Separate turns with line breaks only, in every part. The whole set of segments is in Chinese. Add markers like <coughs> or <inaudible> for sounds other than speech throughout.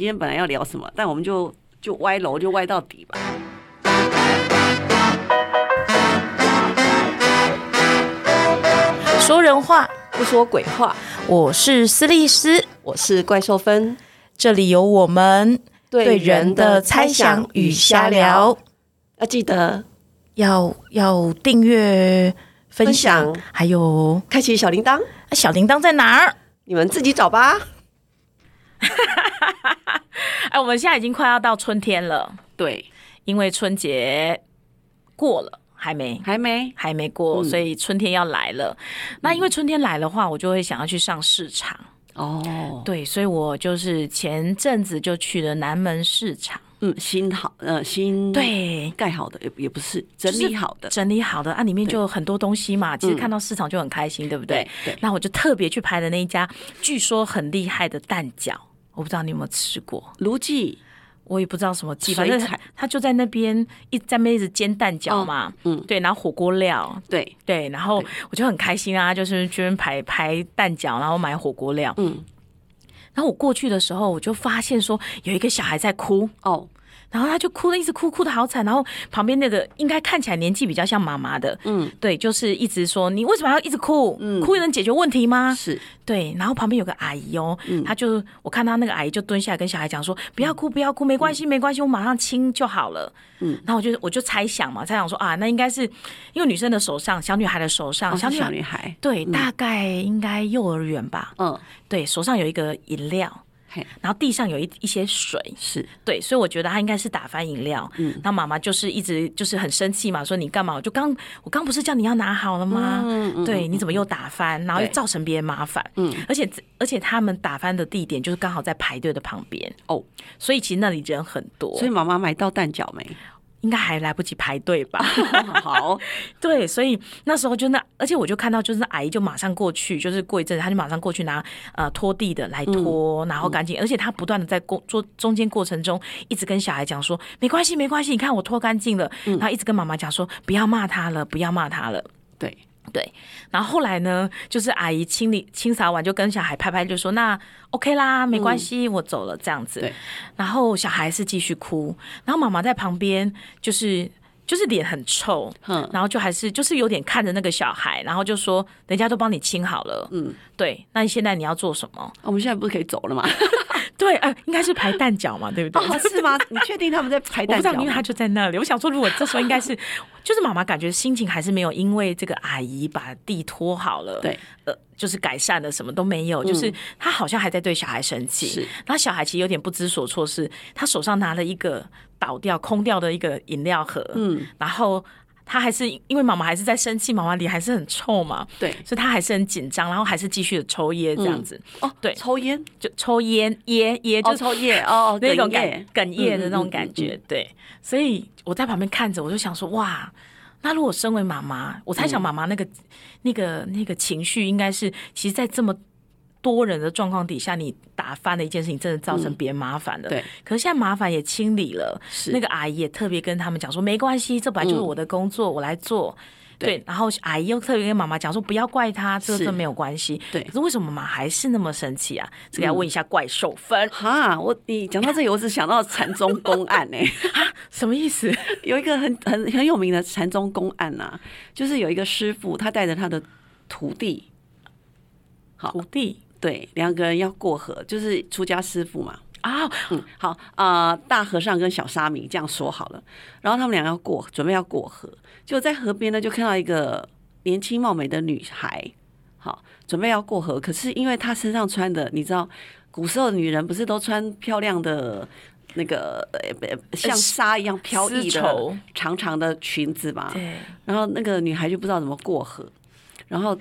今天本来要聊什么，但我们就就歪楼就歪到底吧。
说人话，不说鬼话。我是斯利斯，
我是怪兽芬，
这里有我们
对人的猜想与瞎聊，，要记得
要要订阅、分享，
分享
还有
开启小铃铛，
啊小铃铛在哪儿？
你们自己找吧。
哎，我们现在已经快要到春天了，
对，
因为春节过了，还没。
还没
还没
嗯
过，所以春天要来了。那因为春天来的话，我就会想要去上市场。
哦。
对，所以我就是前阵子就去了南门市场。
嗯，新好，呃，新
对，
盖好的也也不是整
就是
理好的，
整理好的啊，里面就有很多东西嘛。其实看到市场就很开心，对不对？
嗯对对
那我就特别去拍的那一家，据说很厉害的蛋饺，我不知道你有没有吃过，
卢记
我也不知道什么鸡，
水
反正
彩哦
他就在那边一在那边一直煎蛋饺嘛。嗯，对，然后火锅料。
对，
对，然后我就很开心啊，就是去那边排排蛋饺，然后买火锅料。
嗯，
然后我过去的时候，我就发现说有一个小孩在哭，
哦，
然后他就哭的一直哭，哭的好惨。然后旁边那个应该看起来年纪比较像妈妈的，
嗯，
对，就是一直说你为什么要一直哭？哭也能解决问题吗？
是
对。然后旁边有个阿姨哦，
嗯
她就我看她那个阿姨就蹲下来跟小孩讲说，不要哭，不要哭，没
嗯
关系，没关系，我马上亲就好了。嗯，然后我就我就猜想嘛，猜想说啊，那应该是因为女生的手上，小女孩的手上，
哦是
女
小
孩
女孩，
对，大概应该幼儿园吧，
嗯，
对手上有一个饮料，
嘿，
然后地上有一一些水，
是
对，所以我觉得他应该是打翻饮料。嗯，那妈妈就是一直就是很生气嘛，说你干嘛？我就刚我刚不是叫你要拿好了吗？
嗯
对，你怎么又打翻？然后又
对
造成别人麻烦。嗯，而且而且他们打翻的地点就是刚好在排队的旁边
哦，
所以其实那里人很多，
所以妈妈买到蛋饺 <laughs> 没？
应该还来不及排队
<laughs>
吧？
好，
对，所以那时候就那，而且我就看到，就是阿姨就马上过去，就是过一阵子，她就马上过去拿呃拖地的来拖，然后赶紧，而且她不断的在过做中间过程中，一直跟小孩讲说没关系，没关系，你看我拖干净了，然后一直跟妈妈讲说不要骂她了，不要骂她了。
对，
对，然后后来呢，就是阿姨清理清扫完，就跟小孩拍拍，就说那 OK 啦，没关系，我走了这样子
嗯对。
然后小孩是继续哭，然后妈妈在旁边就是就是脸很臭，
嗯
然后就还是就是有点看着那个小孩，然后就说人家都帮你清好了，嗯，对，那现在你要做什么？
哦
<laughs>
我们现在不是可以走了吗？
对，呃，应该是排蛋饺嘛，对不对？
哦，是吗？你确定他们在排
我
蛋
不知道，
饺
因为
吗
他？就在那里。我想说，如果这时候应该是， <laughs> 就是妈妈感觉心情还是没有，因为这个阿姨把地拖好了，
对，
呃，就是改善了，什么都没有，就是他好像还在对小孩生气。
是，
然后小孩其实有点不知所措是，他手上拿了一个倒掉、空掉的一个饮料盒，嗯，然后。他还是因为妈妈还是在生气，妈妈脸还是很臭嘛，
对
所以他还是很紧张，然后还是继续的抽烟这样子，
哦，
对
抽烟，
就抽烟噎噎，就
哦，
是
抽烟，哦，
那种
哽
感
咽
哽咽的
嗯嗯
那种
嗯
感
嗯
觉，对。所以我在旁边看着，我就想说，哇，那如果身为妈妈，我猜
嗯
想妈妈那个、那个、那个情绪，应该是其实，在这么多人的状况底下，你打翻的一件事情，真的造成别人麻烦了、
嗯对。
可是现在麻烦也清理了，
是嗯
那个阿姨也特别跟他们讲说，没关系，这本来就是我的工作，我来做。
对
对，然后阿姨又特别跟妈妈讲说，不要怪她，这
是
个都没有关系。
对嗯
可是为什么妈妈还是那么生气啊？这个要问一下怪兽芬、
哈，我你讲到这里，我只想到禅宗公案欸呢、
啊，什么意思？
有一个很很很有名的禅宗公案呐、啊，就是有一个师傅，他带着他的徒弟，好
徒弟
对，两个人要过河，就是出家师傅嘛，
啊，
嗯，好啊、呃大和尚跟小沙弥这样说好了，然后他们俩要过，准备要过河，结果在河边呢，就看到一个年轻貌美的女孩，好，准备要过河，可是因为她身上穿的，你知道，古时候的女人不是都穿漂亮的。那个呃，不呃像纱一样飘逸
丝
的
绸
长长的裙子嘛，
对，
然后那个女孩就不知道怎么过河，然后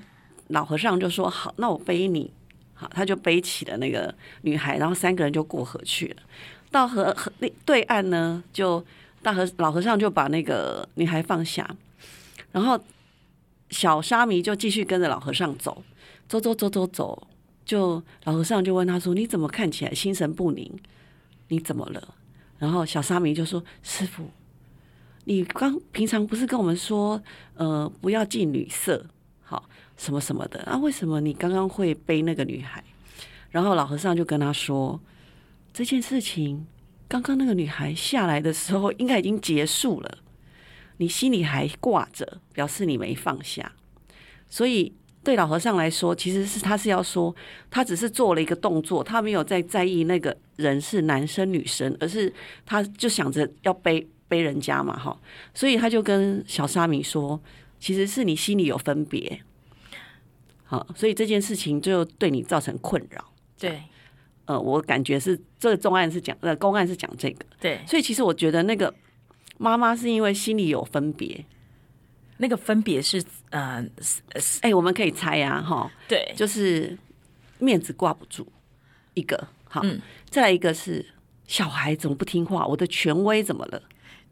老和尚就说：“好，那我背你。”好，他就背起了那个女孩，然后三个人就过河去了。到河河那对岸呢，就大和老和尚就把那个女孩放下，然后小沙弥就继续跟着老和尚走，走走走走走，就老和尚就问他说：“你怎么看起来心神不宁？你怎么了？”然后小沙弥就说：“师傅，你刚平常不是跟我们说，呃，不要近女色，好什么什么的啊？为什么你刚刚会背那个女孩？然后老和尚就跟他说，这件事情刚刚那个女孩下来的时候，应该已经结束了，你心里还挂着，表示你没放下。所以对老和尚来说，其实是他是要说，他只是做了一个动作，他没有在在意那个人是男生女生，而是他就想着要背背人家嘛，哈。所以他就跟小沙弥说，其实是你心里有分别，好，所以这件事情就对你造成困扰。
对
呃，我感觉是这个重案是讲呃公案是讲这个，
对，
所以其实我觉得那个妈妈是因为心里有分别，
那个分别是呃，
哎、我们可以猜呀、啊，哈，
对，
就是面子挂不住一个，好，
嗯
再来一个是小孩怎么不听话，我的权威怎么了？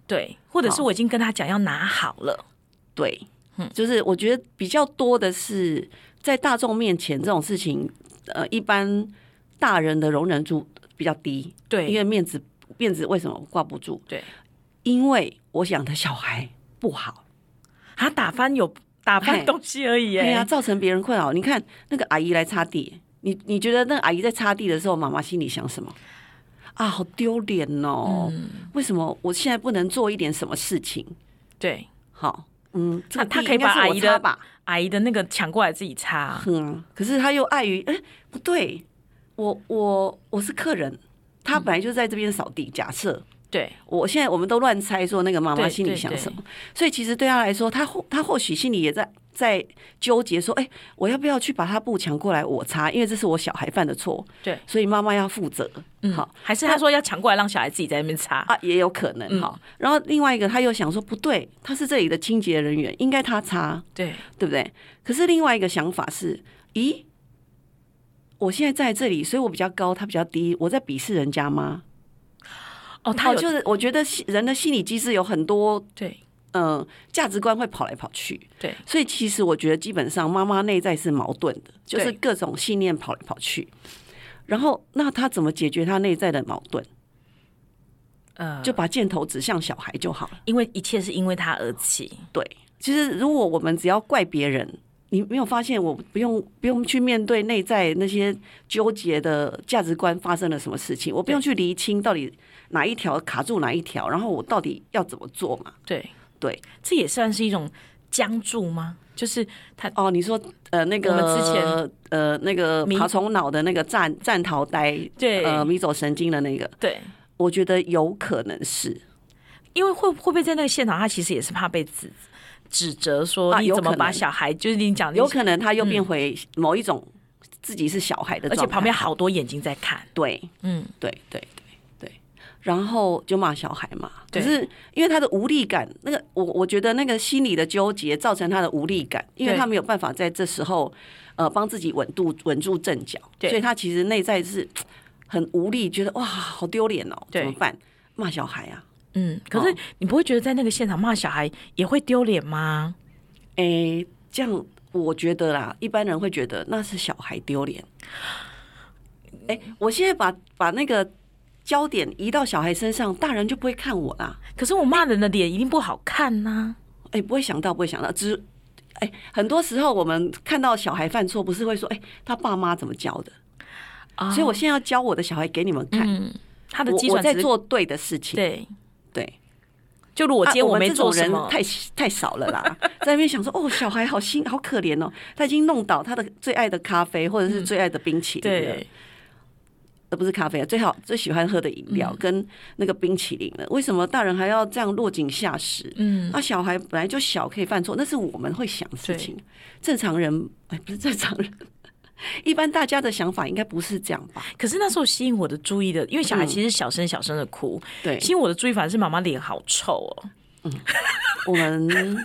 对，或者是
好
我已经跟他讲要拿好了，
对，
嗯
就是我觉得比较多的是在大众面前这种事情，呃，一般大人的容忍度比较低，因
对
为面子面子为什么挂不住？
对，
因为我想的小孩不好。
他打翻有打翻
嘿
东西而已耶，
哎对呀、造成别人困扰。你看那个阿姨来擦地，你你觉得那个阿姨在擦地的时候，妈妈心里想什么？啊，好丢脸哦！
嗯
为什么我现在不能做一点什么事情？
对，
好，嗯，这
那
个
她
地
可以
应该
把
是
阿
我
姨
擦
的
吧，
阿姨的那个抢过来自己擦，啊
嗯，可是她又碍于，哎、不对，我我我是客人，她本来就在这边扫地，假设。
对
我现在我们都乱猜说那个妈妈
对
心里
对
想
对
什么，所以其实对她来说，她或她或许心里也在在纠结说，哎、我要不要去把她布抢过来我擦，因为这是我小孩犯的错，
对，
所以妈妈要负责，
嗯，
好
还是他说要抢过来让小孩自己在那边擦，
啊，也有可
嗯
能哈。然后另外一个她又想说，不对，她是这里的清洁人员，应该她擦，
对
对不对？可是另外一个想法是，咦，我现在在这里，所以我比较高，她比较低，我在鄙视人家吗？
哦，他
哦，
有
就是我觉得心人的心理机制有很多
对
嗯，价值观会跑来跑去，
对
所以其实我觉得基本上妈妈内在是矛盾的，就是
对
各种信念跑来跑去。然后，那她怎么解决她内在的矛盾？
呃，
就
就
把箭头指向小孩就好了。
因为一切是因为他而起，
对，其实如果我们只要怪别人，你没有发现我不用不用去面对内在那些纠结的价值观发生了什么事情，我不用去厘清到底哪一条卡住哪一条，然后我到底要怎么做嘛？
对
对，
这也算是一种僵住吗？就是他
哦，你说呃那个
我们之前
呃那个
迷
爬虫脑的那个战战逃呆，
对
呃迷走神经的那个，
对，
我觉得有可能是
因为会会不会在那个现场，他其实也是怕被指指责说
啊
你
有
怎么
可
把
能
小孩，就是你讲的
有可能他又变回某一种自己是小孩的
嗯而
状态，
且旁边好多眼睛在看，
对
嗯，
对对对对，然后就骂小孩嘛，可
对
是因为他的无力感，那个我我觉得那个心理的纠结造成他的无力感，因为
对
他没有办法在这时候呃帮自己稳住稳住阵脚，
对
所以他其实内在是很无力，觉得哇好丢脸哦，
对
怎么办？骂小孩啊，
嗯，可是
哦
你不会觉得在那个现场骂小孩也会丢脸吗？
诶，这样我觉得啦，一般人会觉得那是小孩丢脸。哎、我现在把把那个焦点移到小孩身上，大人就不会看我啦。
可是我骂人的脸一定不好看呐、
哎、不会想到，不会想到，只哎、很多时候我们看到小孩犯错，不是会说，哎、他爸妈怎么教的？
啊
所以我现在要教我的小孩给你们看，
嗯，他的基
我我
准
在
值
做对的事情。
对，
对，
就如果今天
啊我
没
们这
做
种
什
人
么，
太太少了啦，在那边想说，哦，小孩好心好可怜哦，他已经弄倒他的最爱的咖啡或者是最爱的冰淇淋了。
嗯对
呃，不是咖啡啊，最好最喜欢喝的饮料跟那个冰淇淋了。为什么大人还要这样落井下石？
嗯
那、小孩本来就小，可以犯错，那是我们会想的事情。正常人，哎，不是正常人， <laughs> 一般大家的想法应该不是这样吧？
可是那时候吸引我的注意的，因为小孩
嗯
其实小声小声的哭，
对
吸引我的注意反而是妈妈脸好臭哦。
我们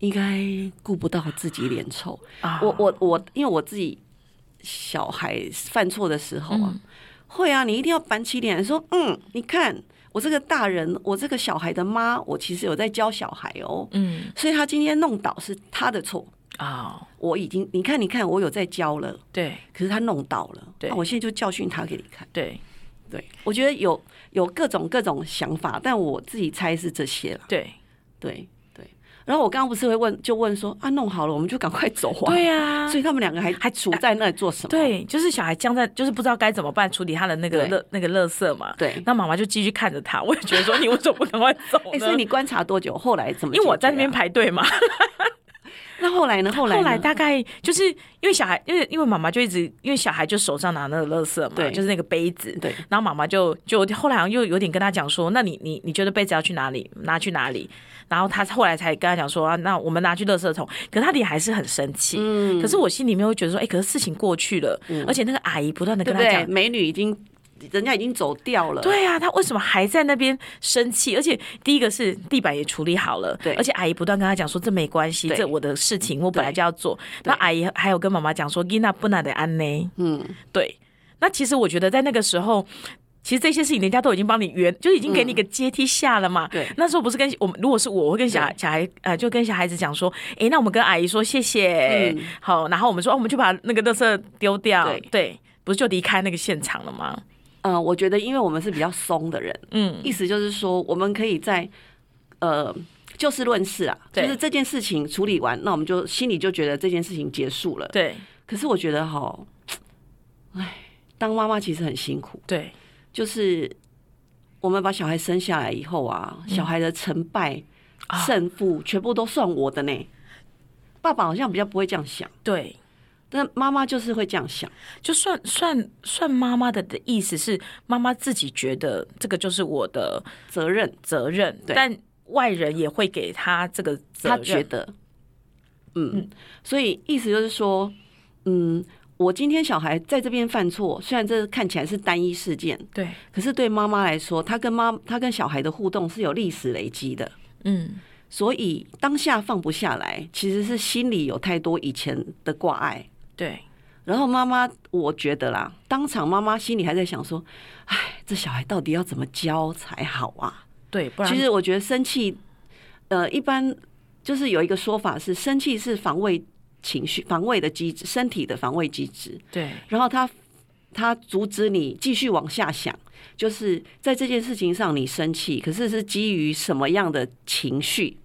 应该顾不到自己脸臭。
啊
我我我，因为我自己小孩犯错的时候啊，
嗯
会啊，你一定要板起脸说，嗯，你看我这个大人，我这个小孩的妈，我其实有在教小孩哦，
嗯
所以他今天弄倒是他的错，
哦，
我已经你看你看我有在教了，
对
可是他弄倒了，
对
那我现在就教训他给你看。
对
对，我觉得有有各种各种想法，但我自己猜是这些啦。
对，
对对，然后我刚刚不是会问，就问说啊，弄好了我们就赶快走啊。
对呀、
所以他们两个还还处在那里做什么？
对，就是小孩僵在，就是不知道该怎么办处理他的那个
对
乐那个乐色嘛。
对
那妈妈就继续看着他，我也觉得说你为什么不赶快走
<laughs> 哎、
呢？
所以你观察多久？后来怎么、啊
因为我在那边，排队嘛，
那后来呢？后来
后
呢
来大概就是因为小孩，因为因为妈妈就一直因为小孩就手上拿那个乐色嘛，
对
就是那个杯子，
对
然后妈妈就就后来好像又有点跟他讲说，那你你你觉得杯子要去哪里拿去哪里？然后他后来才跟他讲说，啊，那我们拿去垃圾桶。可是他脸还是很生气。嗯。可是我心里面会觉得说，哎、可是事情过去了，而且那个阿姨不断
嗯
的
对
跟
不
他
对？
讲。
美女已经，人家已经走掉了。
对啊，他为什么还在那边生气？而且第一个是地板也处理好了，
对
而且阿姨不断跟他讲说这没关系，
对
这我的事情，我本来就要做。那阿姨还有跟妈妈讲说，伊娜不拿得安呢，嗯，对。那其实我觉得在那个时候。其实这些事情人家都已经帮你圆，就是已经给你一个阶梯下了嘛。
对
那时候不是跟我们，如果是我，我会跟小孩
对
小孩呃，就跟小孩子讲说，诶，那我们跟阿姨说谢谢，
嗯
好，然后我们说、哦我们就把那个垃圾丢掉，
对
对，不是就离开那个现场了吗？
呃，我觉得因为我们是比较松的人，
嗯，
意思就是说，我们可以在呃就事论事啊，就
对
是这件事情处理完，那我们就心里就觉得这件事情结束了。
对
可是我觉得哈，哎，当妈妈其实很辛苦，
对，
就是我们把小孩生下来以后啊，小孩的成败、
嗯啊
胜负全部都算我的呢。爸爸好像比较不会这样想，
对，
但妈妈就是会这样想。
就算算算妈妈的的意思是，妈妈自己觉得这个就是我的
责任，
责任，
对
但外人也会给他这个责
他
任。
觉得，嗯，所以意思就是说，嗯，我今天小孩在这边犯错，虽然这看起来是单一事件，
对，
可是对妈妈来说，她跟妈她跟小孩的互动是有历史累积的，
嗯，
所以当下放不下来，其实是心里有太多以前的挂碍。
对，
然后妈妈，我觉得啦，当场妈妈心里还在想说，哎，这小孩到底要怎么教才好啊？
对，不然
其实我觉得生气，呃，一般就是有一个说法是，生气是防卫情绪、防卫的机制，身体的防卫机制。
对
然后它它阻止你继续往下想，就是在这件事情上你生气，可是是基于什么样的情绪？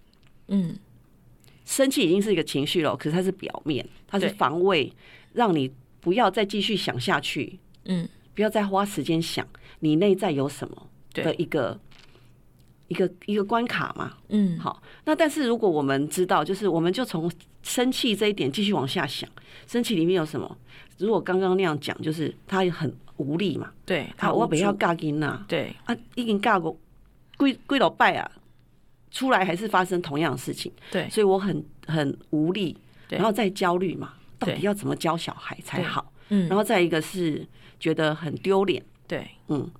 嗯，
生气已经是一个情绪了，可是它是表面，它是
对
防卫，让你不要再继续想下去，
嗯，
不要再花时间想你内在有什么
对
的一个一个一个关卡嘛。
嗯，
好，那但是如果我们知道，就是我们就从生气这一点继续往下想，生气里面有什么？如果刚刚那样讲，就是他很无力嘛，
对
他
他
我
无
不要
助
尬音呐，
对
啊，已经尬过归归老拜啊，出来还是发生同样的事情，
对
所以我很很无力，
对
然后再焦虑嘛，到
对
底要怎么教小孩才
对
好？
嗯
然后再一个是觉得很丢脸，
对，
嗯，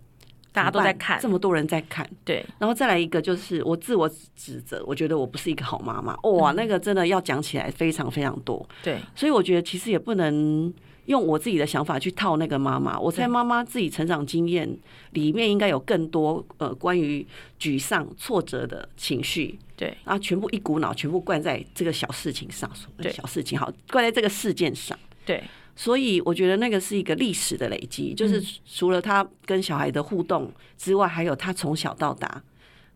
大家都在
怎么办
看
这，么多人在看，
对
然后再来一个就是我自我指责，我觉得我不是一个好妈妈。哇，那个真的要讲起来非常非常多，
对
所以我觉得其实也不能用我自己的想法去套那个妈妈。我猜
对
妈妈自己成长经验里面应该有更多呃关于沮丧、挫折的情绪，
对
然后全部一股脑全部灌在这个小事情上，说
对
小事情好，灌在这个事件上。
对
所以我觉得那个是一个历史的累积，
嗯
就是除了他跟小孩的互动之外，还有他从小到大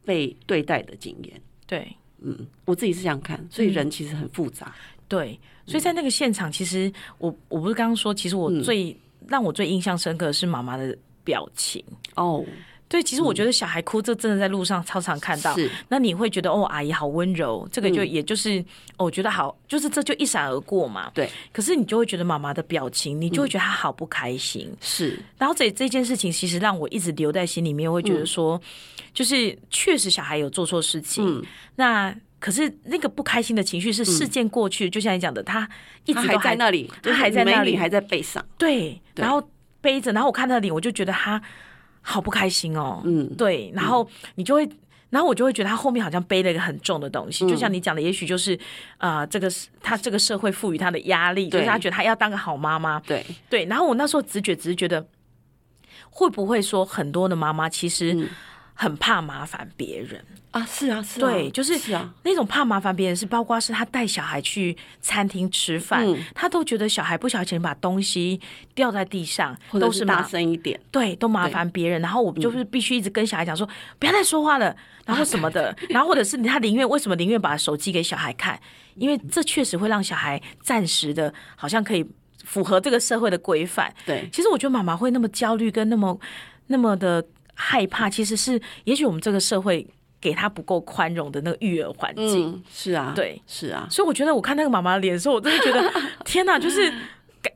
被对待的经验。
对。
嗯，我自己是这样看，
嗯
所以人其实很复杂。
对，所以在那个现场，其实我我不是刚刚说，其实
嗯
我最、让我最印象深刻的是妈妈的表情。
哦，
对，其实我觉得小孩哭，这真的在路上超常看到。
是嗯
那你会觉得哦，阿姨好温柔，这个就也就是、哦，我觉得好，就是这就一闪而过嘛。
对，
可是你就会觉得妈妈的表情，你
嗯
就会觉得她好不开心。
是，
然后这这件事情其实让我一直留在心里面，会觉
嗯
得说，就是确实小孩有做错事情，
嗯
那可是那个不开心的情绪是事件过去，就像你讲的，他一直
他嗯
都
还在那里，
他还在那
美女
里，
还在背上。
对，然后背着，然后我看他的脸，我就觉得他好不开心哦，
嗯
对，然后你就会。然后我就会觉得他后面好像背了一个很重的东西，
嗯
就像你讲的，也许就是，啊，这个是他这个社会赋予他的压力，就是
对
他觉得他要当个好妈妈，
对，
对，
嗯
然后我那时候直觉只是觉得，会不会说很多的妈妈其实很怕麻烦别人。
啊，是啊，是啊，
对，就是
是啊，
那种怕麻烦别人是，包括是他带小孩去餐厅吃饭，
嗯
他都觉得小孩不小心把东西掉在地上，
或者
都
是
麻
大声嗯一点，
对，都麻烦别人。然后我们就是必须一直跟小孩讲说，不要再说话了，
<laughs>
然后什么的。然后或者是他宁愿为什么宁愿把手机给小孩看，因为这确实会让小孩暂时的，好像可以符合这个社会的规范。
对
其实我觉得妈妈会那么焦虑跟那么那么的害怕，其实是也许我们这个社会给他不够宽容的那个育儿环境。
嗯，是啊，
对，
是啊，
所以我觉得我看那个妈妈的脸的时候，我真的
<laughs>
觉得天哪，就是。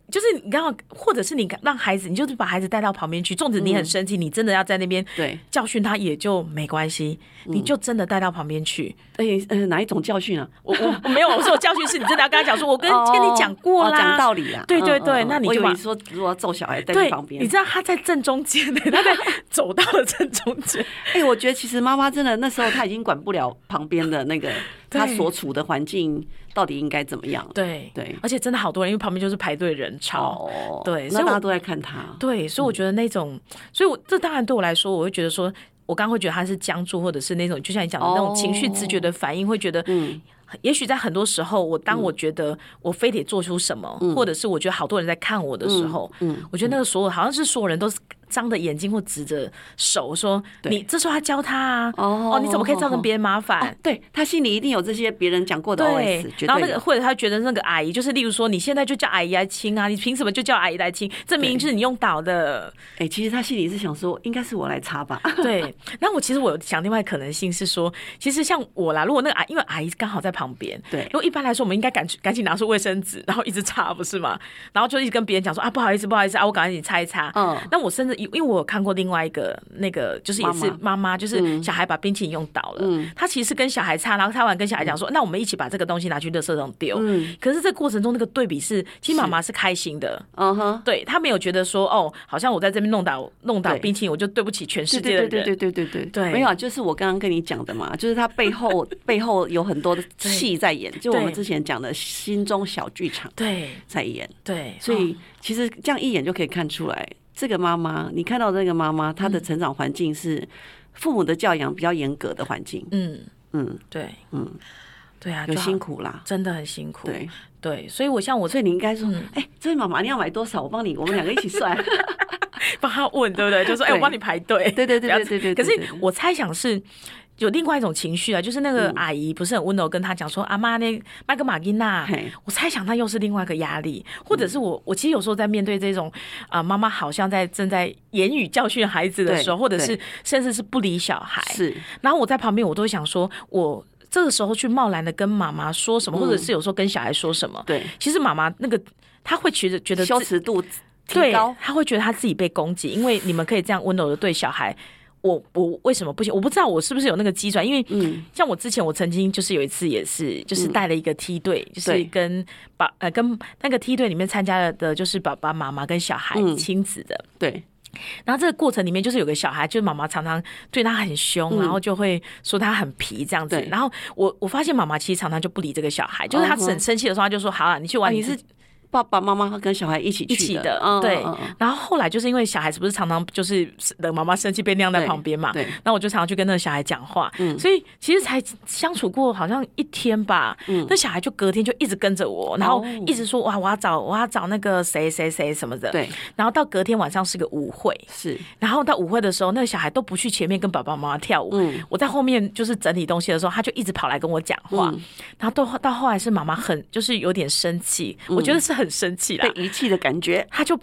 就是你刚好，或者是你让孩子，你就是把孩子带到旁边去。纵使你很生气，你真的要在那边
对，
教训他也就没关系，
嗯
你就真的带到旁边去。
哎，呃，哪一种教训啊？
我我我没有，我说我教训是你真的要跟他讲说，我跟
哦
跟你讲过
哦
啦，
讲道理啦。
对对
嗯
对
嗯嗯
那你
我以
就
为
把
你说如果要揍小孩在
对
旁，边
你，知道他在正中间的， <laughs> 他在走到了正中间。
哎、我觉得其实妈妈真的那时候她已经管不了旁边的那 <laughs> 个她
对
所处的环境到底应该怎么样。
对
对
而且真的好多人，因为旁边就是排队人潮。
哦
对所
那
以
大
我
家都在看她。
对，所以我觉得那种，所以我这当然对我来说，我会觉得说，我刚刚会觉得他是僵住，或者是那种就像你讲的那种情绪直觉的反应，会觉得，哦嗯，也许在很多时候，我当我觉得我非得做出什么，或者是我觉得好多人在看我的时候，嗯，我觉得那个所有好像是所有人都是。张着眼睛或指着手说：“你这时候要教他啊，
哦
哦，你怎么可以造成别人麻烦？”
对她心里一定有这些别人讲过的 OS，绝对
然后那个
有
或者他觉得那个阿姨，就是例如说，你现在就叫阿姨来亲啊，你凭什么就叫阿姨来亲？这明明就是你用倒的。
哎、其实她心里是想说，应该是我来擦 <laughs> 吧。
对，那我其实我有想另外可能性是说，其实像我啦，如果那个阿，因为阿姨刚好在旁边，
对
如果一般来说，我们应该赶赶紧拿出卫生纸，然后一直擦，不是吗？然后就一直跟别人讲说啊，不好意思，不好意思啊，我赶紧擦一擦。
嗯
那我甚至因为我有看过另外一个那个，就是也是
妈妈嗯
妈妈，就是小孩把冰淇淋用倒了，她其实是跟小孩擦，然后擦完跟小孩讲说，
嗯
那我们一起把这个东西拿去垃圾桶丢。可是这过程中那个对比是，其实妈妈是开心的。
嗯哼，
对她没有觉得说哦，好像我在这边弄倒弄倒
对
冰淇淋，我就对不起全世
对
界的
对
人。
对对对对对
对
没有啊，就是我刚刚跟你讲的嘛，就是她背 <laughs> 后背后有很多的戏在演，就我们
对
之前讲的心中小剧场
对
在演。
对，
所
哦
以其实这样一眼就可以看出来，这个妈妈，你看到这个妈妈，她
嗯
的成长环境是父母的教养比较严格的环境，
嗯，
嗯，
对，
嗯，
对啊，
有
就好
辛，苦啦。
真的很辛苦。
对，
对，所以我像我
所以你应该说，
嗯
哎、这位妈妈你要买多少？我帮你，我们两个一起
<laughs>
算。
哎帮他问，对
<laughs>
不对？就说哎、
对
我帮你排队。
对对对
不要
对对对对
可
对
是
对
我猜想是。有另外一种情绪啊，就是那
嗯
个阿姨不是很温柔跟他讲说：“阿妈那麦克马吉娜
嘿。”嗯
我猜想那又是另外一个压力，或者是我我其实有时候在面对这种啊，妈妈好像在正在言语教训孩子的时候，
对
或者
对
是甚至是不理小孩，
是，
然后我在旁边，我都会想说，我这个时候去贸然的跟妈妈说什么，
嗯
或者是有时候跟小孩说什么，
对，
其实妈妈那个她会觉得觉得自
羞耻度提
对
高，，
她会觉得她自己被攻击，因为你们可以这样温柔的对小孩。我我为什么不行？我不知道我是不是有那个机转，因为
嗯
像我之前我曾经就是有一次也是就是带了一个梯队，就是
对
跟爸呃跟那个梯队里面参加了的就是爸爸妈妈跟小孩
嗯
亲子的，
对，
然后这个过程里面，就是有个小孩，就是妈妈常常对他很凶，然后就会说他很皮这样子
嗯对。
然后我我发现妈妈其实常常就不理这个小孩，就是他
嗯哼
很生气的时候，他就说：“好了，你去
啊，
玩，
你
自
是爸爸妈妈跟小孩一起去
一起
的
的，，
嗯
对
嗯嗯。
然后后来就是因为小孩子不是常常就是等妈妈生气被晾在
对
旁边嘛，
对嗯
那我就常常去跟那个小孩讲话，所以其实才相处过好像一天吧，那小孩就隔天就一直跟着我，然后
嗯哦
一直说哇我要找我要找那个谁谁谁什么的，
对，
然后到隔天晚上是个舞会，
是，
然后到舞会的时候，那个小孩都不去前面跟爸爸妈妈跳舞，
嗯
我在后面就是整理东西的时候，他就一直跑来跟我讲话，
嗯
然后到到后来是妈妈很就是有点生气，
嗯
我觉得是很生气啦
被，遗弃的感觉，
他就。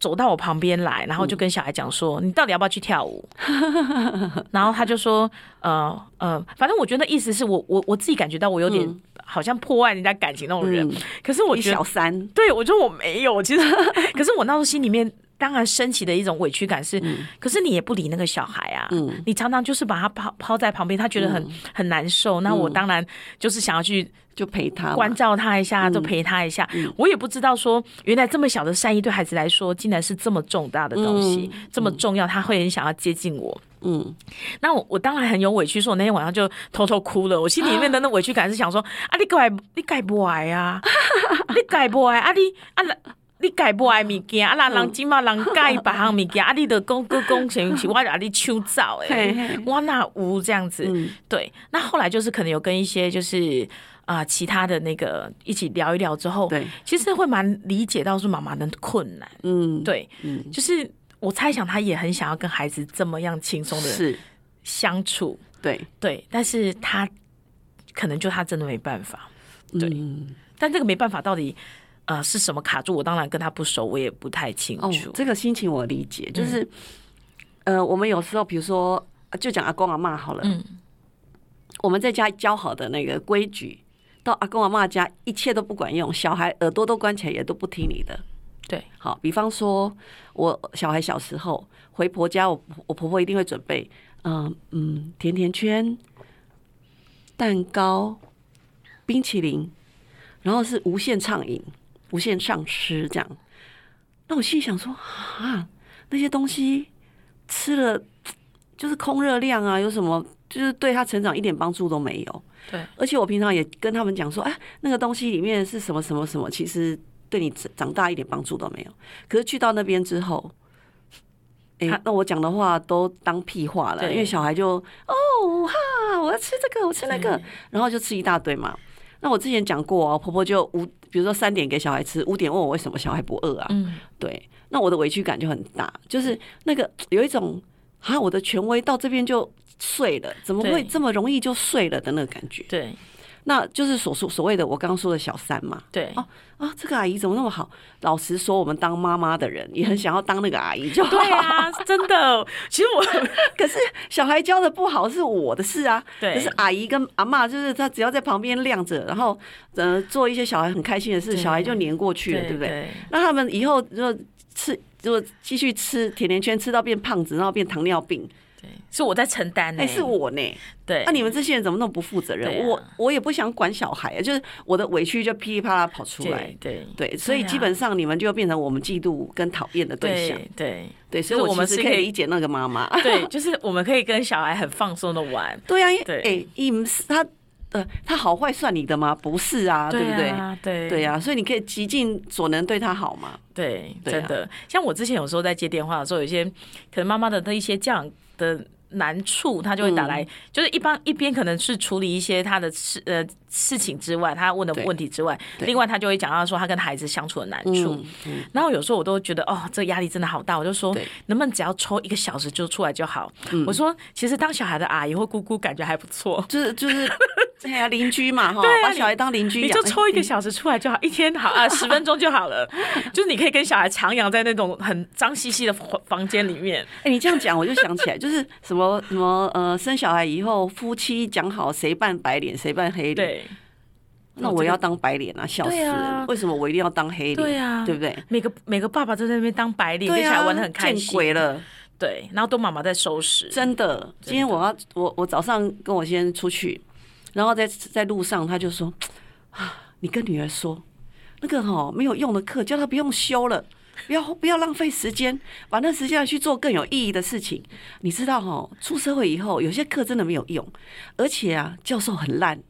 走到我旁边来，然后就跟小孩讲说：“你到底要不要去跳舞？” <laughs> 然后他就说：“呃呃，反正我觉得意思是我我我自己感觉到我有点好像破坏人家感情那种人，
嗯
可是我
一
觉得
小三，
对，我觉得我没有，其实，可是我那时候心里面当然升起的一种委屈感是，可是你也不理那个小孩啊，你常常就是把他抛抛在旁边，他觉得很、很难受，那我当然就是想要去
就陪他嘛
关照他一下，就陪他一下，我也不知道说原来这么小的善意对孩子来说，竟然是这么重大的东西，这么重要，他会很想要接近我，
嗯，
那我我当然很有委屈，说我那天晚上就偷偷哭了。我心里面的那
<laughs>
委屈感是想说啊，你改你改不来啊，你改不来啊，你啊你改不爱物件，啊，那
嗯
人即嘛人改别项物件，啊，你著讲
<laughs>
个讲成是我啊你抢走
嘿
诶
嘿，
我哪有这样子？
嗯
对，那后来就是可能有跟一些就是啊、其他的那个一起聊一聊之后，
对，
其实会蛮理解到说妈妈的困难，
嗯，
对，
嗯，
就是我猜想她也很想要跟孩子这么样轻松的
是，
相处，
对，
对，但是她可能就她真的没办法，对
嗯
但这个没办法到底呃是什么卡住我？当然跟她不熟，我也不太清
哦
楚，，
这个心情我理
嗯
解，就是，呃，我们有时候比如说，呃就讲阿公阿妈好了，
嗯，
我们在家教好的那个规矩，到阿公阿妈家一切都不管用，小孩耳朵都关起来，也都不听你的。
对，
好，比方说我小孩小时候回婆家，我婆我婆婆一定会准备，嗯、嗯，甜甜圈、蛋糕、冰淇淋，然后是无限畅饮、无限上吃这样。那我心里想说啊，那些东西吃了就是空热量啊，有什么就是对他成长一点帮助都没有。
对，
而且我平常也跟他们讲说，哎、那个东西里面是什么什么什么，其实对你长长大一点帮助都没有。可是去到那边之后，哎、
他
那我讲的话都当屁话了，
对
因为小孩就哦哈，我要吃这个，我吃那个
对，
然后就吃一大堆嘛。那我之前讲过哦，婆婆就五，比如说三点给小孩吃，五点问我为什么小孩不饿啊？
嗯，
对，那我的委屈感就很大，就是那个有一种啊，我的权威到这边就碎了，怎么会
对
这么容易就碎了的那个感觉？
对
那就是所说所谓的我刚刚说的小三嘛。
对。
哦啊，这个阿姨怎么那么好？老实说，我们当妈妈的人也很想要当那个阿姨就好。
对啊，真的。其实我
<laughs> 可是小孩教的不好是我的事啊。
对
可是阿姨跟阿嬷，就是她只要在旁边晾着，然后呃做一些小孩很开心的事，
对
小孩就黏过去了，对不对？那他们以后如果吃，如果继续吃甜甜圈，吃到变胖子，然后变糖尿病，
对，是我在承担呢、
哎、是我呢。啊
对，
那、你们这些人怎么那么不负责任？
对啊
我我也不想管小孩，啊就是我的委屈就噼里啪啦跑出来
对。对
对，所以
对啊
基本上你们就变成我们嫉妒跟讨厌的对象。
对对
对，所以
就
我
是我们
其实
是
可
可
以
以
理解那个妈妈。
对，就是我们可以跟小孩很放松的玩，
对啊，因为
对
哎，你们是他呃，他好坏算你的吗？不是啊，对不对？
啊对
对啊，所以你可以极尽所能对他好嘛。
对，
对啊
真的。像我之前有时候在接电话的时候，有一些可能妈妈的那一些这样的。难处，他就会打来，
嗯
就是一般一边可能是处理一些他的事呃事情之外，他问的
对
问题之外，
对
另外他就会讲到说他跟孩子相处的难处。
嗯嗯，
然后有时候我都觉得哦，这压力真的好大，我就说
对嗯
能不能只要抽一个小时就出来就好。我说其实当小孩的阿姨或姑姑感觉还不错，
就是
<laughs>
就是，哎呀，邻居嘛哈，
对啊
把小孩当邻居
你
养，哎
就抽一个嗯小时出来就好，一天好 <laughs> 啊，十分钟就好了。就是你可以跟小孩徜徉在那种很脏兮兮的房房间里面，
哎、你这样讲我就想起来，就是什么什么呃，生小孩以后夫妻讲好谁扮白脸谁扮黑脸，
对
那我要当白脸啊，笑死
对
人！
啊
为什么我一定要当黑脸？
对啊
对不对？
每个每个爸爸都在那边当白领，
对
跟小
啊，
孩玩的很开
见
心。
鬼了！
对，然后都妈妈在收拾。
真的，今天我要我我早上跟我先生出去，然后在在路上他就说啊，你跟女儿说那个哈、没有用的课，叫她不用修了。不要不要浪费时间，把那时间去做更有意义的事情。你知道哈、出社会以后有些课真的没有用，而且啊，教授很烂，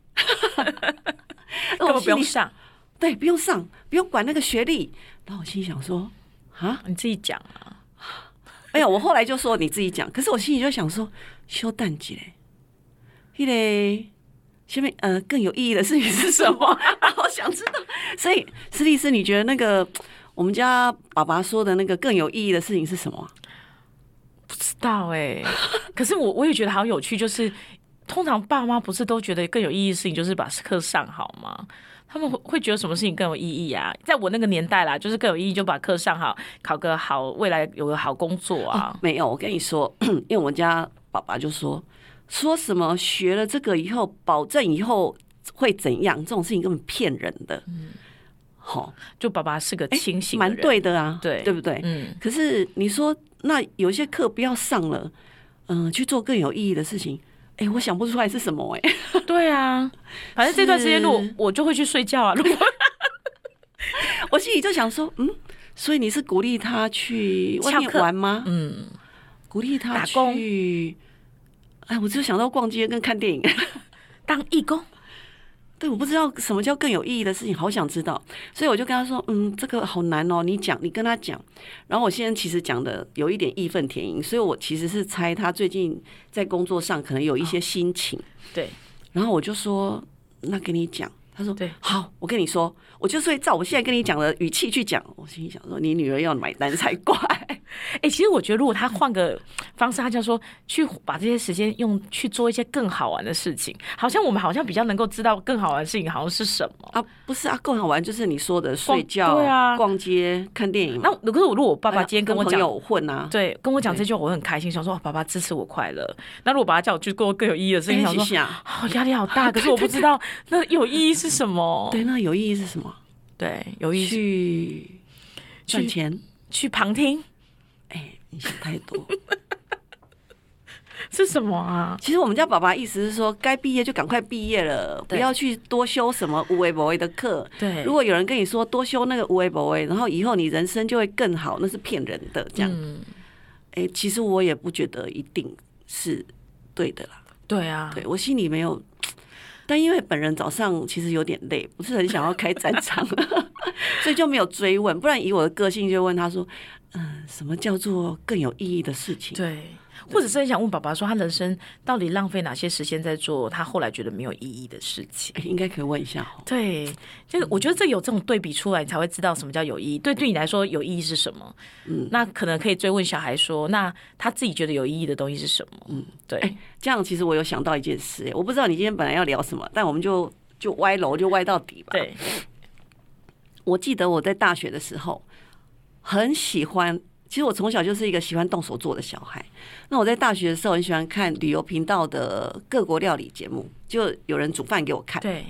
那
根
我
本不
心
用
里
上，
对，不用上，不用管那个学历。然后我心里想说啊，
你自己讲啊。
<laughs> 没哎有，我后来就说你自己讲，可是我心里就想说，修蛋几嘞，一嘞，下面呃更有意义的事情是什么？好想知道。所以史蒂斯，你觉得那个我们家爸爸说的那个更有意义的事情是什么啊？
不知道哎、 <laughs> 可是我我也觉得好有趣，就是通常爸妈不是都觉得更有意义的事情就是把课上好吗？他们会会觉得什么事情更有意义啊？在我那个年代啦，就是更有意义就把课上好，考个好，未来有个好工作啊。
没有，我跟你说， <coughs> 因为我们家爸爸就说说什么学了这个以后，保证以后会怎样，这种事情根本骗人的。嗯，好，
就爸爸是个清醒的
蛮
人，
对的啊，
哎对
对不对？
嗯，
可是你说那有些课不要上了，嗯、去做更有意义的事情。哎、我想不出来是什么哎、
<laughs> 对啊。反正这段时间如果
是
我就会去睡觉啊，如果
<laughs> 我心里就想说，嗯，所以你是鼓励他去外面
翘课
玩吗？
嗯， <laughs>
鼓励他
打工
去？哎，我就想到逛街跟看电影。
当义工，
对，我不知道什么叫更有意义的事情，好想知道，所以我就跟他说，嗯，这个好难哦，你讲，你跟他讲。然后我现在其实讲的有一点义愤填膺，所以我其实是猜他最近在工作上可能有一些心情。
哦对，
然后我就说，那跟你讲。他说：“
对
好，我跟你说，我就是会照我现在跟你讲的语气去讲。”我心里想说：“你女儿要买单才怪。 <laughs>
哎、其实我觉得如果他换个方式，他就说去把这些时间用去做一些更好玩的事情，好像我们好像比较能够知道更好玩的事情好像是什么”。
啊，不是啊，更好玩就是你说的睡
逛
觉、
对啊
逛街、看电影。
那如果我如果我爸
爸
爸今嗯天跟嗯我
朋
讲，
友混啊，
对，跟我讲
对
这句话，我会很开心，想说、哦、爸爸支持我快乐。那如果把他叫我去做更有意义的事情，
一
想
起
说
哎想。
哦，压力好 <laughs> 大，可是我不知道那有意义是什么。
对，那有意义是什么？
对，有意义去
去赚钱？
去旁听
哎，你想太多。 <laughs>
<laughs> 是什么啊？
其实我们家爸爸意思是说，该毕业就赶快毕业了，不
对
要去多修什么无为不为的课。
对
如果有人跟你说多修那个无为不为，然后以后你人生就会更好，那是骗人的。这样，
嗯，
哎、其实我也不觉得一定是对的啦。
对啊，
对我心里没有，但因为本人早上其实有点累，不是很想要开战场， <laughs> 所以就没有追问。不然以我的个性，就问他说：“嗯，什么叫做更有意义的事情？”
对，或者是很想问爸爸说，他人生到底浪费哪些时间在做他后来觉得没有意义的事情？
哎应该可以问一下哦。
对，嗯就是我觉得这有这种对比出来，你才会知道什么叫有意义。对，对你来说有意义是什么？嗯，那可能可以追问小孩说，那他自己觉得有意义的东西是什么？嗯，对，
这样其实我有想到一件事、哎，我不知道你今天本来要聊什么，但我们就就歪楼就歪到底吧。，
对，
我记得我在大学的时候很喜欢，其实我从小就是一个喜欢动手做的小孩。那我在大学的时候很喜欢看旅游频道的各国料理节目，就有人煮饭给我看。
对，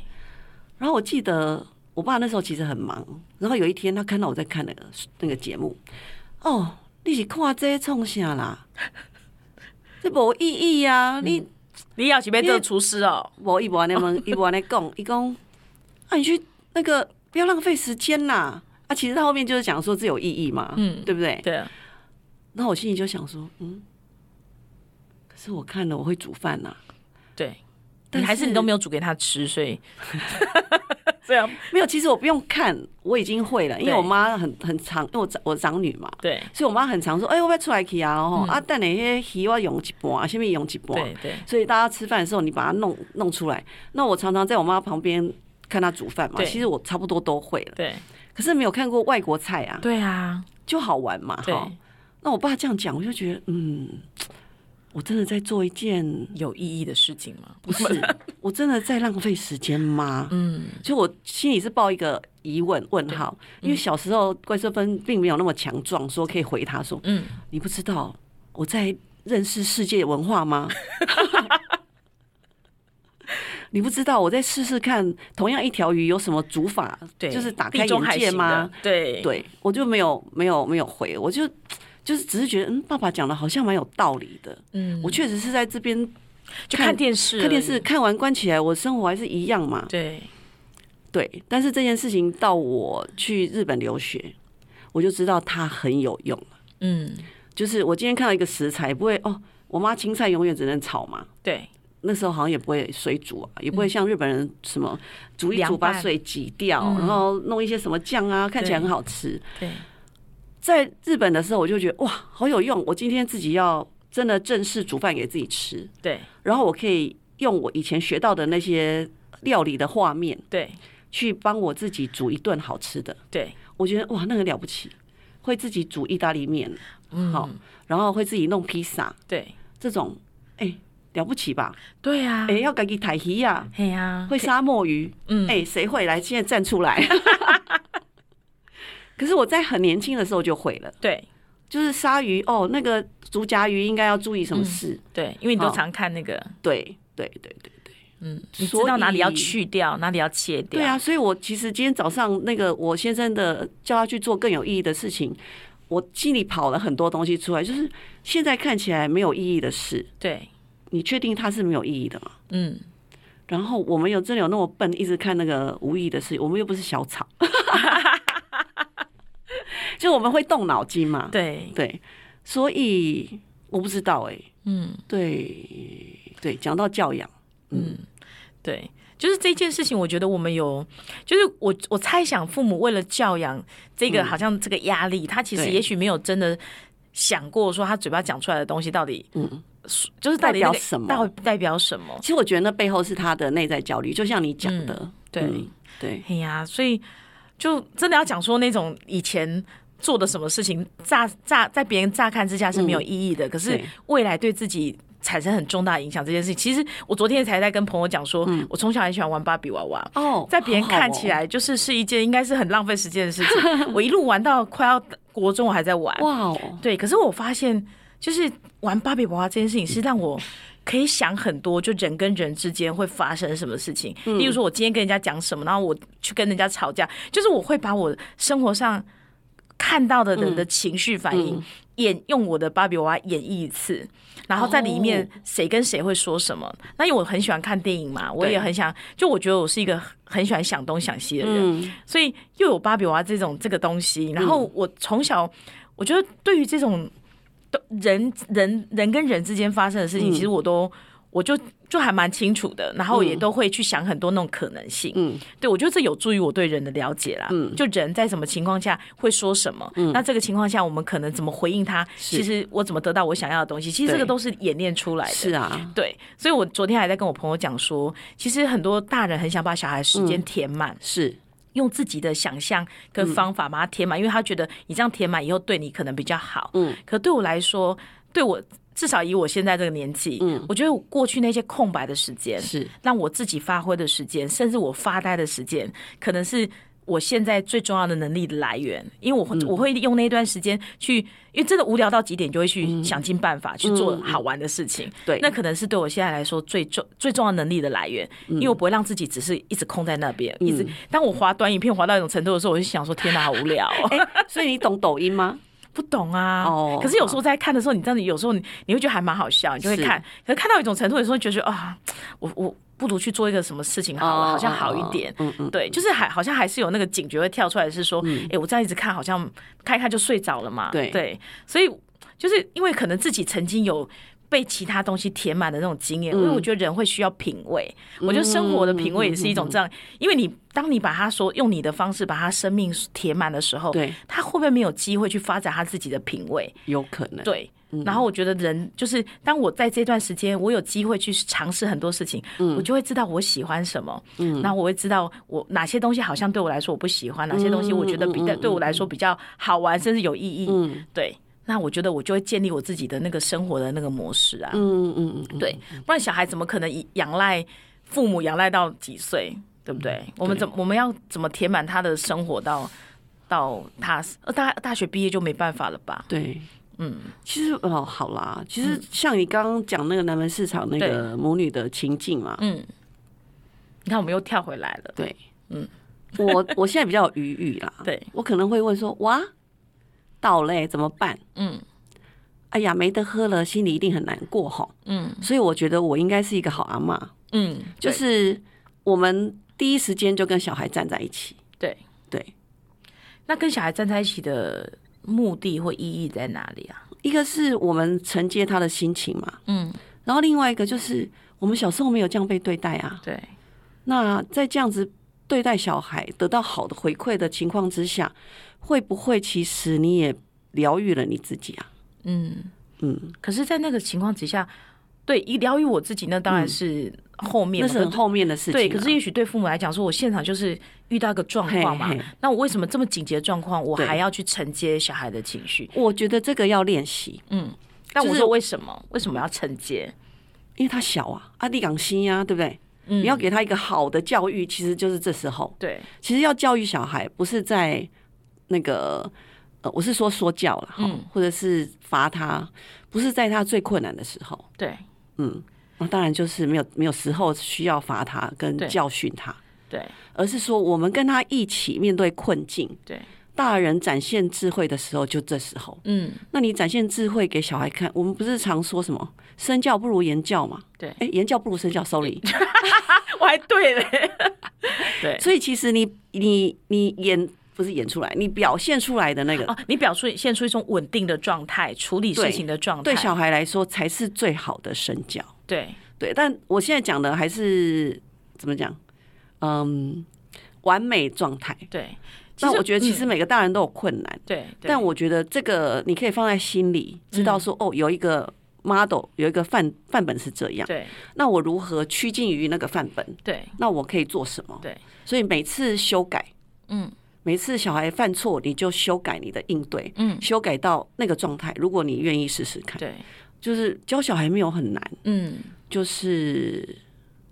然后我记得我爸那时候其实很忙，然后有一天他看到我在看那个那个节目，哦，你是看这个创啥啦？这无意义啊！你
你要去被
因
做
为
厨师哦，
无伊无安尼问，伊无安尼讲， <laughs> 伊讲啊，你去那个不要浪费时间啦。啊，其实他后面就是讲说这有意义嘛，
嗯
嗯，对不对？
对啊，
那我心里就想说，嗯，可是我看了我会煮饭呐、
对，
但
你还是你都
是
没有煮给他吃，所以这样
没有，其实我不用看，我已经会了，因为
对
我妈很很常，因为我长我长女嘛，
对
所以我妈很常说，哎、我要出来去啊，哦，啊，等下那些鱼我用一半，下面用一半，
嗯对对
所以大家吃饭的时候，你把它弄弄出来。那我常常在我妈旁边看她煮饭嘛，
对
其实我差不多都会了，
对
可是没有看过外国菜啊，
对啊，
就好玩嘛。
对，
哈，那我爸这样讲，我就觉得，嗯，我真的在做一件
有意义的事情吗？
不
<laughs>
是，我真的在浪费时间吗？
嗯，
就我心里是抱一个疑问问号，因为小时候怪兽分并没有那么强壮，说可以回他说，
嗯，
你不知道我在认识世界文化
<laughs>
吗？你不知道我在试试看，同样一条鱼有什么煮法，
对，
就是打
地
开
中
眼
海
界
型
吗
的？？对
对，我就没有没有没有回，我就就是只是觉得，嗯，爸爸讲的好像蛮有道理的。
嗯，
我确实是在这边
就看电视，
看电视，，看完关起来，我生活还是一样嘛。
对，
对，但是这件事情到我去日本留学，我就知道它很有用。
嗯，
就是我今天看到一个食材，不会哦，我妈青菜永远只能炒嘛。
对
那时候好像也不会水煮啊，也不会像日本人什么煮一
嗯凉
煮把
拌
水挤掉，
嗯
然后弄一些什么酱啊，看起来
对
很好吃。
对，
在日本的时候，我就觉得哇，好有用！我今天自己要真的正式煮饭给自己吃，
对
然后我可以用我以前学到的那些料理的画面，
对
去帮我自己煮一顿好吃的。
对，
我觉得哇，那个了不起，会自己煮意大利面，
嗯
好，然后会自己弄披萨，
对
这种哎、了不起吧？
对啊
哎、，要自己抬鱼呀、
嘿呀，
会杀墨鱼，
嗯
哎、谁会来？现在站出来。 <laughs> 可是我在很年轻的时候就会了，
对
就是鲨鱼哦，那个竹夹鱼应该要注意什么事？
对，因为你都
好
常看那个，
对对对对
嗯，你知
所
道哪里要
以
去掉，哪里要切掉，
对啊！所以我其实今天早上那个我先生的叫他去做更有意义的事情，我心里跑了很多东西出来，就是现在看起来没有意义的事，
对，
你确定它是没有意义的吗？
嗯，
然后我们有真的有那么笨，一直看那个无意义的事，我们又不是小 <laughs> 草，就我们会动脑筋嘛，
对，
对，所以我不知道哎、
嗯
对对，讲到教养，
嗯，对。就是这件事情，我觉得我们有，就是我我猜想父母为了教养这个好像这个压力，他其实
嗯对
也许没有真的想过说他嘴巴讲出来的东西到底，嗯，就是到
代
底那
表
个
什么
到底代表什么？
其实我觉得那背后是他的内在焦虑，就像你讲的，
对
嗯对，
哎呀，所以就真的要讲说那种以前做的什么事情，乍乍在别人乍看之下是没有意义的，可是
嗯对
未来对自己。产生很重大影响这件事情，其实我昨天才在跟朋友讲说，
嗯
我从小很喜欢玩芭比娃娃，
哦
在别人看起来就是是一件应该是很浪费时间的
<laughs>
事情，我一路玩到快要国中，我还在玩，
哇哦，
对，可是我发现，就是玩芭比娃娃这件事情是让我可以想很多，就人跟人之间会发生什么事情。例如说，我今天跟人家讲什么，然后我去跟人家吵架，就是我会把我生活上看到的
嗯
人的情绪反应。演用我的芭比娃娃演绎一次，然后在里面
哦
谁跟谁会说什么？那因为我很喜欢看电影嘛，我也
对
很想，就我觉得我是一个很喜欢想东想西的人，
嗯，
所以又有芭比娃娃这种这个东西，然后我从小我觉得对于这种都人人人跟人之间发生的事情，
嗯
其实我都我就就还蛮清楚的，然后也都会去想很多那种可能性。
嗯，
对我觉得这有助于我对人的了解啦。嗯，就人在什么情况下会说什么，
嗯
那这个情况下我们可能怎么回应他，其实我怎么得到我想要的东西，其实这个
对
都是演练出来的。
是啊，
对，所以我昨天还在跟我朋友讲说，其实很多大人很想把小孩
嗯
时间填满，
是
用自己的想象跟方法把它填满，因为他觉得你这样填满以后对你可能比较好。嗯，可对我来说，对我至少以我现在这个年纪，嗯，我觉得我过去那些空白的时间， <laughs>
是，
让我自己发挥的时间，甚至我发呆的时间，可能是我现在最重要的能力的来源，因为我会、我会用那段时间去，因为真的无聊到极点，就会去想尽办法去做好玩的事情。
对
那可能是对我现在来说最重最重要的能力的来源，因为我不会让自己只是一直空在那边，一直。当我滑短影片滑到一种程度的时候，我就想说：天哪，好无聊、哦。
所以你懂抖音吗？
不懂啊。
哦
可是有时候在看的时候，你真的有时候你你会觉得还蛮好笑，你就会
是
看。可是看到一种程度，有时候觉得啊，我我不如去做一个什么事情好了，
哦
好像好一点。嗯嗯，对，就是还好像还是有那个警觉会跳出来，是说，哎、我这样一直看，好像看一看就睡着了嘛。
对
对，所以就是因为可能自己曾经有。被其他东西填满的那种
嗯
经验，因为我觉得人会需要品味，我觉得生活的品味也是一种
嗯
这样，因为你当你把它说用你的方式把它生命填满的时候，
嗯对，
他会不会没有机会去发展他自己的品味？嗯
有可能，
对。然后我觉得人就是，当我在这段时间，我有机会去尝试很多事情，我就会知道我喜欢什么。嗯，然后我会知道我哪些东西好像对我来说我不喜欢，哪些东西我觉得比较对我来说比较好玩，甚至有意义。嗯，对。那我觉得我就会建立我自己的那个生活的那个模式啊。
嗯嗯嗯嗯，
对，不然小孩怎么可能依仰赖父母仰赖到几岁，对不
嗯
对？我们怎我们要怎么填满他的生活到到他呃大大学毕业就没办法了吧？
对。
嗯，
其实哦，好啦，其实像你刚刚讲那个南门市场那个母女的情境
<laughs>
嘛，
嗯，你看我们又跳回来了，
对，嗯，我我现在比较有余裕啦，
对，
我可能会问说，哇，到嘞怎么办？
嗯
哎呀，没得喝了，心里一定很难过哈。
嗯
所以我觉得我应该是一个好阿嬷，
嗯，
就
对
是我们第一时间就跟小孩站在一起。
对。
对，
那跟小孩站在一起的目的或意义在哪里啊？
一个是我们承接他的心情嘛，
嗯，
然后另外一个就是我们小时候没有这样被对待啊，
对，
那在这样子对待小孩得到好的回馈的情况之下，会不会其实你也疗愈了你自己啊？
嗯。
嗯，
可是，在那个情况之下，对，一疗愈我自己，那当然是后面
嗯那
嘛、
是很后面的事情啊、
对，可是也许对父母来讲，说我现场就是遇到一个状况嘛
嘿嘿，
那我为什么这么紧急的状况，我
对
还要去承接小孩的情绪？
我觉得这个要练习，
嗯，但
就
我
是
说为什么？为什么要承接？
因为他小啊，阿弟港新啊，对不对？
嗯
你要给他一个好的教育，其实就是这时候。
对，
其实要教育小孩，不是在那个呃，我是说说教了哈，
嗯
或者是罚他，不是在他最困难的时候。
对，
嗯，那当然就是没有没有时候需要罚他跟
对
教训他，
对，
而是说我们跟他一起面对困境。
对，
大人展现智慧的时候，就这时候。 <laughs>
嗯，
那你展现智慧给小孩看，我们不是常说什么“身教不如言教”嘛？
对
哎、言教不如身教，sorry。
我还对嘞， <laughs> 对。
所以其实你你你演不是演出来，你表现出来的那个，
哦，你表述现出一种稳定的状态，处理事
对
情的状态，
对小孩来说才是最好的身教。
对
对，但我现在讲的还是怎么讲？嗯完美状态。
对，其
那
实
我觉得其实
嗯
每个大人都有困难，
对，对嗯
但我觉得这个你可以放在心里，知道说、哦，有一个 model，有一个范范本是这样，
对
那我如何趋近于那个范本？
对
那我可以做什么？
对，
所以每次修改，
嗯
每次小孩犯错，你就修改你的应对，
嗯
修改到那个状态。如果你愿意试试看，
对
就是教小孩没有很难，
嗯。
就是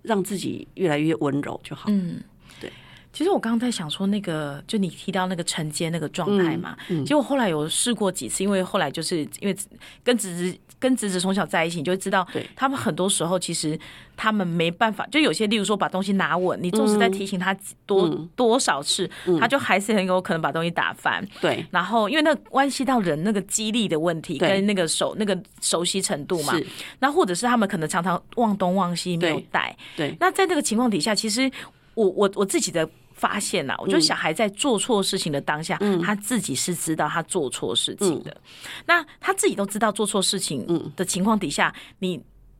让自己越来越温柔就好。
嗯，
对。
其实我刚刚在想说，那个就你提到那个承接那个状态嘛，
嗯
结果后来有试过几次，因为后来就是因为跟侄子跟侄子从小在一起，你就会知道
对，
他们很多时候其实他们没办法，就有些例如说把东西拿稳，你纵使在提醒他几多、
嗯
多少次，他就还是很有可能把东西打翻。
对，
然后，因为那关系到人那个肌力的问题，
对
跟那个熟那个熟悉程度嘛，
是，
那或者嗯是他们可能常常忘东忘西没有
对
带。
对
那在那个情况底下，其实我我我自己的发现啊
嗯
呐、我觉得小孩在做错事情的当下，他自己是知道他做错事情
嗯
的。那他自己都知道做错事情的情况底下，你。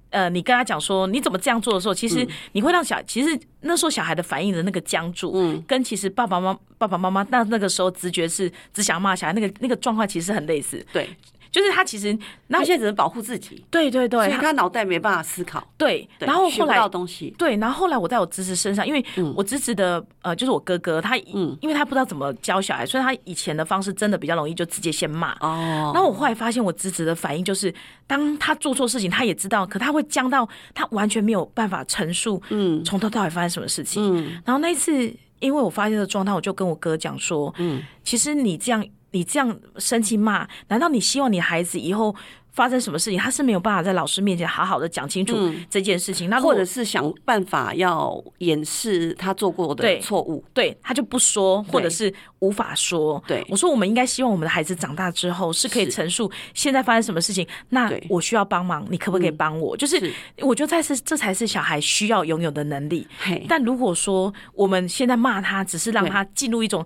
呃，你跟他讲说你怎么这样做的时候，其
嗯
实你会让小，其实那时候小孩的反应的那个僵住，
嗯
跟其实爸爸妈爸爸妈妈那那个时候直觉是只想骂小孩，那个那个状况其实很类似，
对。
就是他其实那
他现在只能保护自己，
对对对，
所以
他
他脑袋没办法思考，
对，
对
然后
学
后
不
来
到东西。
对，然后后来我在我侄子身上，因为我侄子的、呃，就是我哥哥，他、因为他不知道怎么教小孩，所以他以前的方式真的比较容易就直接先骂。
哦，
然后我后来发现，我侄子的反应就是，当他做错事情，他也知道，可他会僵到他完全没有办法陈述，嗯，从头到尾发生什么事情。嗯，然后那一次，因为我发现的状态，我就跟我哥讲说，嗯，其实你这样，你这样生气骂，难道你希望你孩子以后？发生什么事情，他是没有办法在老师面前好好的讲清楚这件事情。那如果
或者是想办法要掩饰他做过的
对
错误。
对他就不说，或者是无法说。
对
我说我们应该希望我们的孩子长大之后是可以
是
陈述现在发生什么事情，那
对
我需要帮忙，你可不可以帮我？就是
是
我觉得这是这才是小孩需要拥有的能力。
嘿，
但如果说我们现在骂他，只是让他进入一种。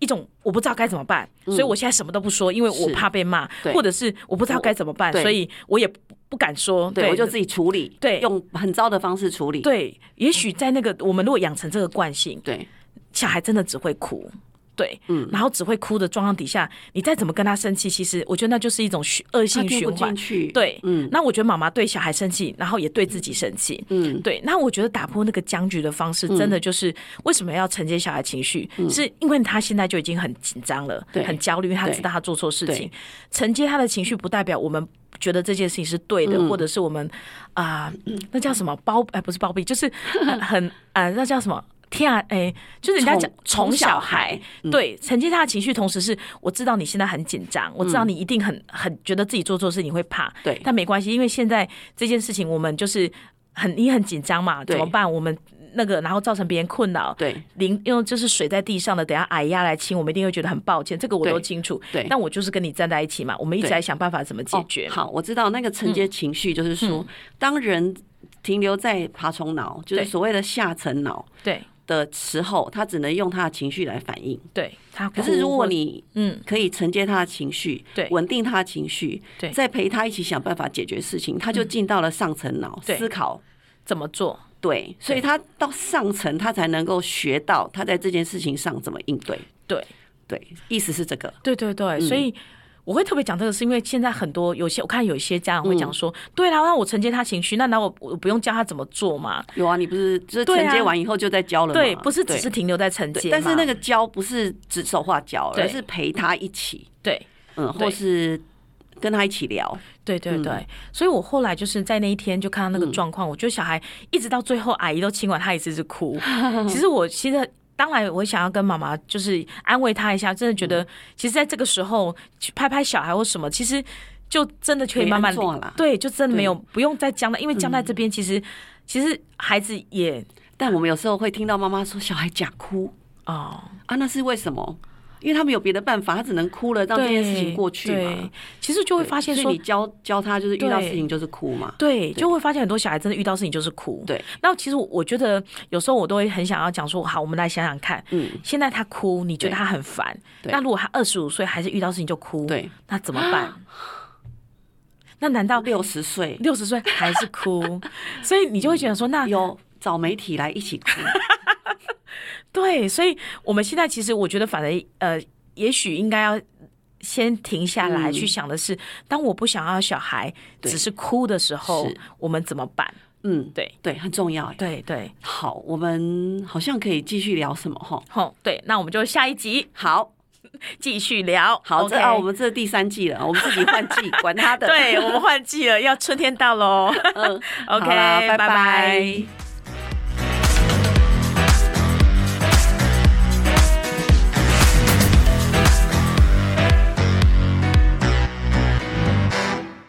一种我不知道该怎么办，所以我现在什么都不说，因为我
是
怕被骂，
嗯对
或者是我不知道该怎么办，
对
所以我也不不敢说。
对我就自己处理，
对
用很糟的方式处理。
对，也许在那个我们如果养成这个惯性，
对
小孩真的只会哭。对，然后只会哭的状况底下，你再怎么跟他生气，其实我觉得那就是一种循恶
他
性
听
循
不
环
进。去。
对，
嗯
那我觉得妈妈对小孩生气，然后也对自己生气。
嗯，
对，那我觉得打破那个僵局的方式，真的就是为什么要承接小孩情绪，是因为他现在就已经很紧张了，
嗯对
很焦虑，因为他
对
知道他做错事情
对。
承接他的情绪，不代表我们觉得这件事情是对
嗯
的，或者是我们啊、那叫什么包？哎，不是包庇，就是很很啊、那叫什么？天啊，哎，就是人家讲
宠宠小孩，
对，承接他的情绪，同时是我知道你现在很紧张，我知道你一定很很觉得自己做错事你会怕，
嗯对
但没关系，因为现在这件事情我们就是很你很紧张嘛，
对
怎么办？我们那个然后造成别人困扰，
对
淋因为就是水在地上的，等下矮压来亲，我们一定会觉得很抱歉，这个我都
对
清楚，
对
但我就是跟你站在一起嘛，我们一直
对
在想办法怎么解
哦
决，嗯
好，我知道那个承接情绪，就是说，当人停留在爬虫脑，就是
对
所谓的下层脑
对
的时候，他只能用他的情绪来反应。
对，他
可是如
哭
果
或
你
嗯
可以承接他的情绪，
对
稳定他的情绪，
对嗯
再陪他一起想办法解决事情，他就进到了上层脑
对
思考。
怎么做，
对，所以他到上层，他才能够学到他在这件事情上怎么应对。
对。
对，意思是这个。
对对
嗯
对，所以我会特别讲这个，是因为现在很多有些我看有些家长会讲说，对啦，那我承接他情绪，那那我我不用教他怎么做嘛？
有啊，你不是就是
对啊
承接完以后就在教了吗？
对，不是只
对
是停留在承
对
接嘛，
但是那个教不是指手画脚，
对
而是陪他一起，
对。
嗯，
对
或是跟他一起聊。
对对对，
嗯
所以我后来就是在那一天就看到那个状况，我觉得小孩一直到最后，阿姨都亲完他一直是
<laughs>
哭。其实我现在当然我想要跟妈妈就是安慰他一下，真的觉
嗯
得其实在这个时候去拍拍小孩或什么，其实就真的可以慢慢
没安坐啦
对，就真的没有不用再僵了，因为僵在这
嗯
边其实、其实孩子也
但我们有时候会听到妈妈说小孩假哭
哦。
啊，那是为什么？因为他们有别的办法，他只能哭了，让这件事情过去
对
嘛。，
其实就会发现
所以
说
你，教教他就是遇到
对
事情就是哭嘛。
对，就会发现很多小孩真的遇到事情就是哭。
对，
那其实我我觉得有时候我都会很想要讲说，好，我们来想想看，嗯，现在他哭，你觉得他很烦，
对
那如果他二十五岁还是遇到事情就哭，
对，
那怎么办？
<gasps>
那难道
六十岁 <laughs>
六十岁还是哭？所以你就会觉得说，那
有找媒体来一起哭，
对，所以我们现在其实我觉得，反正呃，也许应该要先停下来
嗯
去想的是，当我不想要小孩
对
只是哭的时候
是，
我们怎么办？
嗯，
对
对，很重要哎。
对对，
好，我们好像可以继续聊什么哈？
吼，对，那我们就下一集
好
继续聊。
好，
OK
这啊，我们这第三季了，我们自己换季，
<laughs>
管他的。
对我们换季了，要春天到喽。
<laughs> 嗯
<laughs> OK，
好啦拜
拜
拜